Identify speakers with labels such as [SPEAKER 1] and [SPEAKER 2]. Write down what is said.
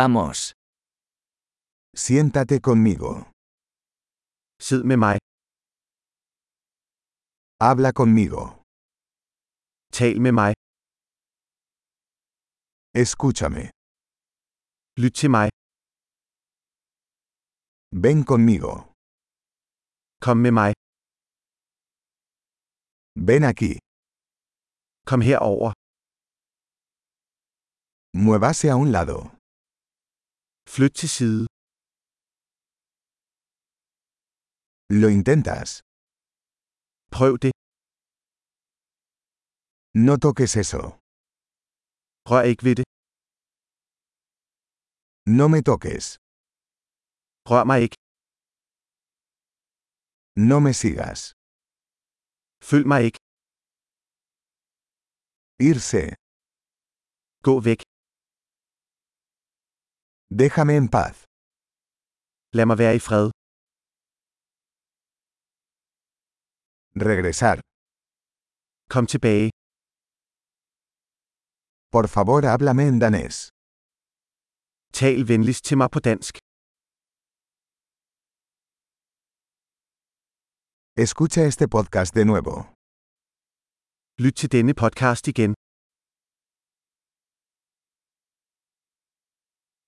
[SPEAKER 1] Vamos.
[SPEAKER 2] Siéntate conmigo.
[SPEAKER 3] Sid med mig.
[SPEAKER 2] Habla conmigo.
[SPEAKER 3] Tal med mig.
[SPEAKER 2] Escúchame.
[SPEAKER 3] Lyt til mig.
[SPEAKER 2] Ven conmigo.
[SPEAKER 3] Kom med mig.
[SPEAKER 2] Ven aquí.
[SPEAKER 3] Kom herover.
[SPEAKER 2] Muévase a un lado.
[SPEAKER 3] Flyt til side.
[SPEAKER 2] Lo intentas.
[SPEAKER 3] Prøv det.
[SPEAKER 2] No toques eso.
[SPEAKER 3] Rør ikke ved det.
[SPEAKER 2] No me toques.
[SPEAKER 3] Rør mig ikke.
[SPEAKER 2] No me sigas.
[SPEAKER 3] Følg mig ikke.
[SPEAKER 2] Irse.
[SPEAKER 3] Gå væk.
[SPEAKER 2] Déjame en paz.
[SPEAKER 3] Lad mig være i fred.
[SPEAKER 2] Regresar.
[SPEAKER 3] Kom tilbage.
[SPEAKER 2] Por favor, háblame en danés.
[SPEAKER 3] Tal venligst til mig på dansk.
[SPEAKER 2] Escucha este podcast de nuevo.
[SPEAKER 3] Lyt til denne podcast igen.